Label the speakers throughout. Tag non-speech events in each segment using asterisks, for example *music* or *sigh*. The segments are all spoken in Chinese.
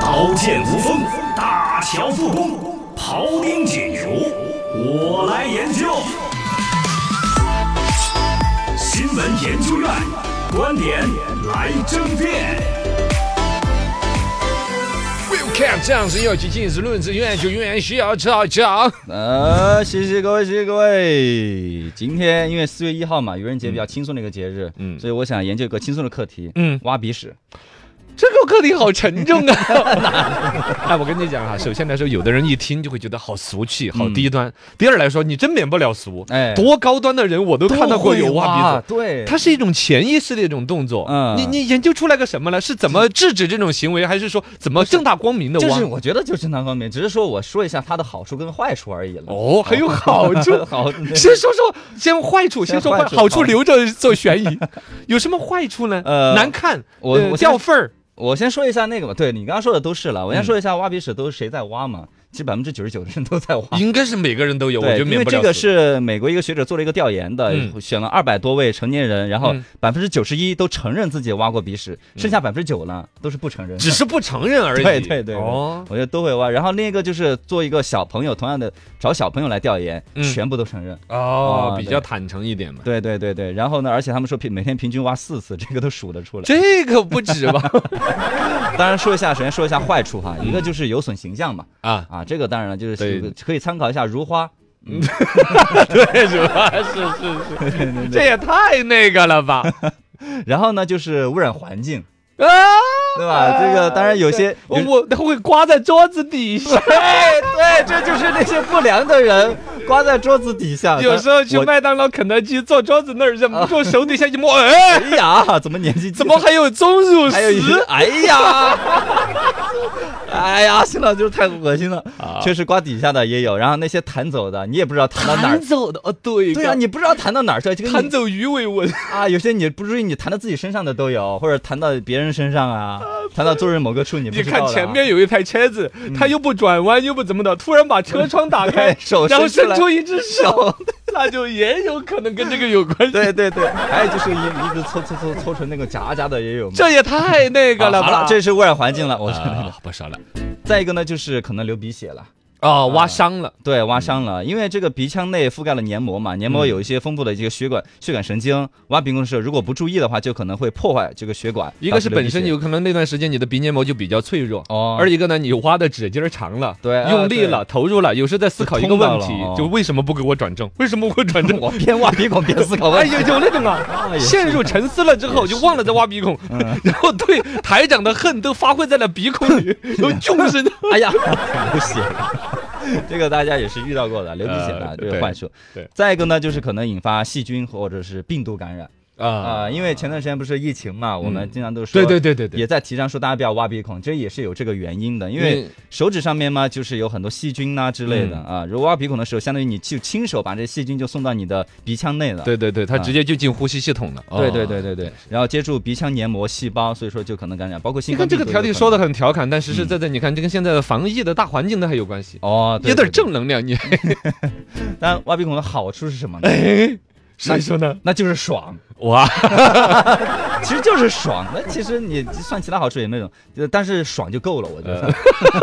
Speaker 1: 刀剑无锋，大乔复工，庖丁解牛，我来研究。新闻研究院观点来争辩。
Speaker 2: Real Camp 这样是要去进行论资源，就永远需要吵架。
Speaker 3: 呃，谢谢各位，谢谢各位。今天因为四月一号嘛，愚人节比较轻松的一个节日，
Speaker 2: 嗯
Speaker 3: 所以我想研究一个轻松的课题，
Speaker 2: 嗯
Speaker 3: 挖鼻屎。
Speaker 2: 这个课题好沉重啊！ *laughs* 哎，我跟你讲哈、首先来说，有的人一听就会觉得好俗气、好低端；第二来说，你真免不了俗。
Speaker 3: 哎
Speaker 2: 多高端的人我都看到过有啊挖鼻子。
Speaker 3: 子，对，
Speaker 2: 它是一种潜意识的一种动作，
Speaker 3: 嗯
Speaker 2: 你你研究出来个什么呢？是怎么制止这种行为，还是说怎么正大光明的
Speaker 3: 就
Speaker 2: 挖？
Speaker 3: 是我觉得就是正当方面，只是说我说一下它的好处跟坏处而已了。，
Speaker 2: 哦，还有好处
Speaker 3: *laughs* 好，
Speaker 2: 先说说，先坏处，
Speaker 3: 先
Speaker 2: 先说
Speaker 3: 坏
Speaker 2: 坏
Speaker 3: 处
Speaker 2: 好处留着做悬疑。 *laughs* 有什么坏处呢？
Speaker 3: 呃
Speaker 2: 难看，
Speaker 3: 我
Speaker 2: 呃
Speaker 3: 我
Speaker 2: 掉份儿。
Speaker 3: 我先说一下那个吧，对你刚刚说的都是了，
Speaker 2: 嗯
Speaker 3: 我先说一下挖鼻屎都是谁在挖嘛？其实百分之九十九的人都在挖。
Speaker 2: 应该是每个人都 *laughs* 有，我
Speaker 3: 啊
Speaker 2: 觉
Speaker 3: 对，
Speaker 2: 得
Speaker 3: 因
Speaker 2: 免
Speaker 3: 为
Speaker 2: 不了
Speaker 3: 这个
Speaker 2: 死
Speaker 3: 是美国一个学者做了一个调研的，
Speaker 2: 嗯
Speaker 3: 选了二百多位成年人，然后
Speaker 2: 嗯
Speaker 3: 百分之九十一都承认自己挖过鼻屎，剩下百分之九呢都是不承认的。
Speaker 2: 只是不承认而已。
Speaker 3: 对对对对
Speaker 2: 哦，
Speaker 3: 我觉得都会挖。然后另一个就是做一个小朋友，同样的找小朋友来调研，
Speaker 2: 嗯
Speaker 3: 全部都承认。
Speaker 2: 哦
Speaker 3: 啊，
Speaker 2: 比
Speaker 3: 对
Speaker 2: 较坦诚一点嘛。
Speaker 3: 对对对对，然后呢，而且他们说平每天平均挖四次，这个都数得出来。
Speaker 2: 这个不止吧？
Speaker 3: *laughs* 当然说一下，首先说一下坏处
Speaker 2: 嗯
Speaker 3: 哈，一个就是有损形象嘛，
Speaker 2: 啊，
Speaker 3: 啊，这个当然了，就是
Speaker 2: 对
Speaker 3: 是可以参考一下如花，
Speaker 2: *laughs* 对，是吧？是
Speaker 3: *laughs*
Speaker 2: 是是，这也太那个了吧？
Speaker 3: 然后呢就是污染环境，
Speaker 2: 啊，
Speaker 3: 对吧？啊这个当然有些有哎
Speaker 2: 我我它会刮在桌子底
Speaker 3: *laughs*
Speaker 2: 下，
Speaker 3: 对对，这就是那些不良的人 *laughs* 刮在桌子底下。
Speaker 2: 有时候去
Speaker 3: 啊我啊
Speaker 2: 麦当劳、肯德基坐桌子那儿，忍不住手底下一摸，哎，
Speaker 3: 哎呀，怎么年纪
Speaker 2: 怎么还有钟乳 *laughs*
Speaker 3: 还有一
Speaker 2: 石？
Speaker 3: 哎
Speaker 2: *laughs*
Speaker 3: 呀，哎呀，行了，就是太恶心了
Speaker 2: 啊，
Speaker 3: 确实刮底下的也有，然后那些弹走的，你也不知道弹到哪儿。
Speaker 2: 走的哦，对
Speaker 3: 对啊，你不知道弹到哪儿去，就跟你
Speaker 2: 弹走鱼尾纹，
Speaker 3: 啊，有些你不注意，你弹到自己身上的都有，或者弹到别人身上
Speaker 2: *laughs*
Speaker 3: 啊，弹到坐人某个处你不
Speaker 2: 你
Speaker 3: 知道的啊，
Speaker 2: 看前面有一台车子，它又不转弯，又不怎么的，突然把车窗打开
Speaker 3: *laughs* 手
Speaker 2: 然后
Speaker 3: 哎伸
Speaker 2: 伸
Speaker 3: 出来
Speaker 2: 出一只手 *laughs*
Speaker 3: 手，
Speaker 2: 那就也有可能跟这个有关系。
Speaker 3: 对对对，还有就是一一直搓搓搓搓成那个夹夹的也有嘛。
Speaker 2: 这也太那个了
Speaker 3: 好
Speaker 2: 吧？
Speaker 3: 了，这是污染环境了，我承认。
Speaker 2: 啊，不说了
Speaker 3: 再一个呢，就是可能流鼻血了。啊
Speaker 2: 哦，挖伤了，
Speaker 3: 对，挖伤了，因为这个鼻腔内覆盖了黏膜嘛，黏膜
Speaker 2: 嗯
Speaker 3: 有一些丰富的这个血管、血管神经，挖鼻孔的时候如果不注意的话，就可能会破坏这个血管。
Speaker 2: 一个是本身
Speaker 3: 导致流
Speaker 2: 有可能那段时间你的鼻黏膜就比较脆弱。
Speaker 3: 哦，
Speaker 2: 而一个呢，你挖的指尖儿长了，
Speaker 3: 对啊
Speaker 2: 用力了，投入了，有时在思考一个问题
Speaker 3: 就通到了哦，
Speaker 2: 就为什么不给我转正？为什么我转正？
Speaker 3: *laughs* 我边挖鼻孔边思考
Speaker 2: 哎，
Speaker 3: 问题。哎
Speaker 2: 有有那种
Speaker 3: *laughs*
Speaker 2: 啊，
Speaker 3: 也是
Speaker 2: 陷入沉思了之后就忘了在挖鼻孔，然后对台长的恨都发挥在了鼻孔里，有众生。
Speaker 3: 哎呀，流血了， *laughs* 这个大家也是遇到过的，流鼻血了
Speaker 2: 呃
Speaker 3: 这
Speaker 2: 对
Speaker 3: 个坏处。
Speaker 2: 对
Speaker 3: 再一个呢，就是可能引发细菌或者是病毒感染啊、
Speaker 2: 啊，嗯
Speaker 3: 因为前段时间不是疫情嘛，我们经常都说
Speaker 2: 对对对对对，
Speaker 3: 也在提倡说大家不要挖鼻孔，这也是有这个原因的，因为
Speaker 2: 嗯
Speaker 3: 手指上面嘛，就是有很多细菌呐、之类的啊。如果挖鼻孔的时候，相当于你就亲手把这细菌就送到你的鼻腔内了。
Speaker 2: 对对对，它
Speaker 3: 啊
Speaker 2: 直接就进呼吸系统了。
Speaker 3: 对
Speaker 2: 哦
Speaker 3: 对对对对，然后接触鼻腔黏膜细胞，所以说就可能感染，包括新
Speaker 2: 你
Speaker 3: 冠
Speaker 2: 看这个
Speaker 3: 病毒
Speaker 2: 条
Speaker 3: 也
Speaker 2: 例
Speaker 3: 可
Speaker 2: 说
Speaker 3: 能
Speaker 2: 的很调侃，但实实在在，你看这跟现在的防疫的大环境它还有关系，
Speaker 3: 哦，对
Speaker 2: 有点。
Speaker 3: 对
Speaker 2: 正能量。你
Speaker 3: 对但挖鼻孔的好处是什么呢？
Speaker 2: 哎谁说呢？
Speaker 3: 那就是
Speaker 2: *laughs*
Speaker 3: 爽，
Speaker 2: 哇，
Speaker 3: 其实就是爽。 *laughs* 那其实你算其他好处也没有，就但是爽就够了，我觉得。
Speaker 2: 呃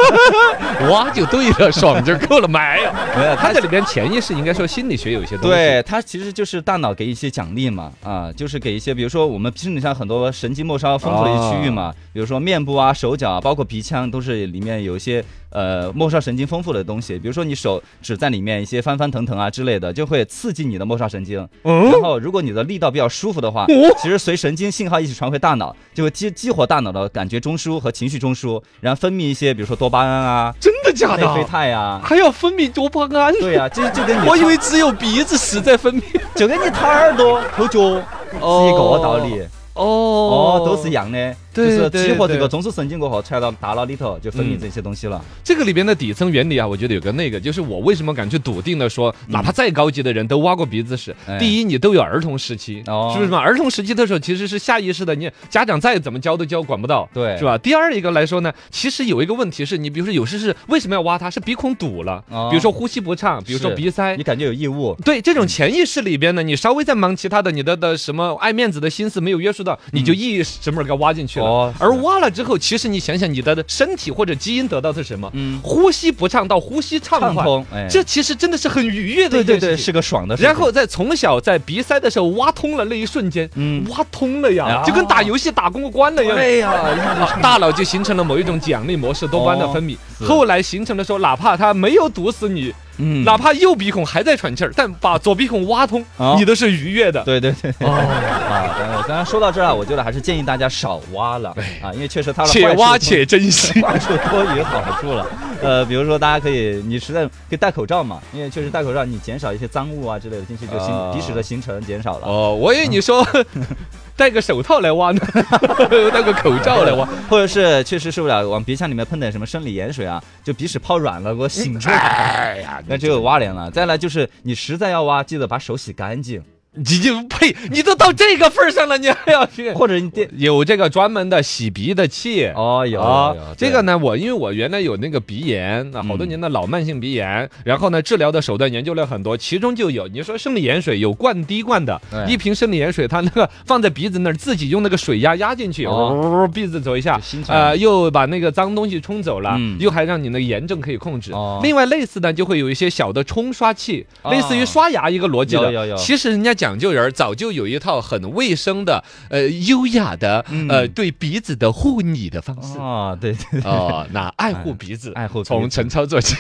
Speaker 2: 哇就对了，爽就够了。没有，
Speaker 3: *laughs* 没有，
Speaker 2: 它
Speaker 3: 它
Speaker 2: 这里边潜意识应该说心理学有一些东西。
Speaker 3: 对，它其实就是大脑给一些奖励嘛，啊，就是给一些，比如说我们身体上很多神经末梢丰富的一些区域嘛，比如说面部啊、手脚啊，包括鼻腔，都是里面有一些呃末梢神经丰富的东西。比如说你手指在里面一些翻翻腾腾啊之类的，就会刺激你的末梢神经。
Speaker 2: 嗯
Speaker 3: 然后如果你的力道比较舒服的话，
Speaker 2: 哦
Speaker 3: 其实随神经信号一起传回大脑，就会激激活大脑的感觉中枢和情绪中枢，然后分泌一些，比如说多巴胺啊、
Speaker 2: 真的假
Speaker 3: 内啡
Speaker 2: 的？
Speaker 3: 肽啊。
Speaker 2: 还要分泌多巴胺？
Speaker 3: 对呀、这就跟你
Speaker 2: 我以为只有鼻子屎在分泌。
Speaker 3: 就跟你掏耳朵、抠脚是一个道理。
Speaker 2: 哦
Speaker 3: 哦，都是一。样的，就
Speaker 2: 对
Speaker 3: 是
Speaker 2: 对
Speaker 3: 激活这
Speaker 2: 对
Speaker 3: 个中枢神经过后，传到大脑里头就分泌这些东西了。
Speaker 2: 这个里边的底层原理啊，我觉得有个那个，就是我为什么敢去笃定的说，哪怕再高级的人都挖过鼻子屎。
Speaker 3: 哎
Speaker 2: 第一，你都有儿童时期，
Speaker 3: 哦
Speaker 2: 是不是嘛？儿童时期的时候，其实是下意识的，你家长再怎么教都教管不到，
Speaker 3: 对
Speaker 2: 是吧？第二一个来说呢，其实有一个问题是你，比如说有时是为什么要挖它？是鼻孔堵了，
Speaker 3: 哦
Speaker 2: 比如说呼吸不畅，比如说
Speaker 3: 是
Speaker 2: 鼻塞
Speaker 3: 你。感觉有异物，
Speaker 2: 对这种潜意识里呃边呢，你稍微再忙其他的，你的的什么爱面子的心思没有约束到，你就一什么给挖进去了。了。
Speaker 3: 哦
Speaker 2: 而挖了之后，其实你想想你的身体或者基因得到的是什么？
Speaker 3: 嗯
Speaker 2: 呼吸不畅到呼吸畅
Speaker 3: 畅
Speaker 2: 快
Speaker 3: 通哎
Speaker 2: 这其实真的是很愉悦的
Speaker 3: 对
Speaker 2: 一
Speaker 3: 对
Speaker 2: 件
Speaker 3: 对，
Speaker 2: 事
Speaker 3: 是
Speaker 2: 情。
Speaker 3: 个爽的事情。
Speaker 2: 然后在从小在鼻塞的时候挖通了那一瞬间，
Speaker 3: 嗯
Speaker 2: 挖通了呀
Speaker 3: 啊，
Speaker 2: 就跟打游戏打过关了一样。
Speaker 3: 对呀你
Speaker 2: 啊大脑就形成了某一种奖励模式，多巴胺的分泌
Speaker 3: 哦是。
Speaker 2: 后来形成了说，哪怕它没有毒死你，
Speaker 3: 嗯
Speaker 2: 哪怕右鼻孔还在喘气儿，但把左鼻孔挖通
Speaker 3: 哦，
Speaker 2: 你都是愉悦的。
Speaker 3: 对对对，
Speaker 2: 哦
Speaker 3: *laughs* 啊，当然我刚刚说到这儿啊，我觉得还是建议大家少挖了啊，因为确实它的
Speaker 2: 哎且 *laughs*
Speaker 3: 坏处。
Speaker 2: 挖且珍惜
Speaker 3: *laughs*
Speaker 2: *laughs*
Speaker 3: 坏处多于好处了。呃，比如说大家可以，你实在可以戴口罩嘛，因为确实戴口罩，你减少一些脏物啊之类的进去，就形
Speaker 2: 啊
Speaker 3: 鼻屎的形成减少了。
Speaker 2: 哦，我以为你说 *laughs* 戴个手套来挖呢， *laughs* 戴个口罩来挖。
Speaker 3: 或者是确实受不了，往鼻腔里面喷点什么生理盐水啊，就鼻屎泡软了，给我醒出来。
Speaker 2: 哎呀，
Speaker 3: 那只有挖脸了。再来就是你实在要挖，记得把手洗干净，
Speaker 2: 你就呸！你都到这个份儿上了，你还要去？
Speaker 3: 或者你电
Speaker 2: 有这个专门的洗鼻的器。
Speaker 3: 哦有
Speaker 2: 啊
Speaker 3: 有有，
Speaker 2: 这个
Speaker 3: 对嗯
Speaker 2: 呢，我因为我原来有那个鼻炎，啊，好多年的老慢性鼻炎，然后呢，治疗的手段研究了很多，其中就有你说生理盐水有灌滴灌的，
Speaker 3: 哎
Speaker 2: 一瓶生理盐水，它那个放在鼻子那儿，自己用那个水压压进去，
Speaker 3: 哦
Speaker 2: 呜鼻子走一下
Speaker 3: 就新，传
Speaker 2: 呃，又把那个脏东西冲走了
Speaker 3: 嗯，
Speaker 2: 又还让你那个炎症可以控制
Speaker 3: 哦。
Speaker 2: 另外，类似呢就会有一些小的冲刷器，
Speaker 3: 哦
Speaker 2: 类似于刷牙一个逻辑
Speaker 3: 有有有
Speaker 2: 的。其实人家讲究人儿早就有一套很卫生的、呃优雅的、呃对鼻子的护理的方式。
Speaker 3: 哦，对对对。
Speaker 2: *laughs* 哦，那爱护鼻子，
Speaker 3: 爱爱护鼻子
Speaker 2: 从陈超做起。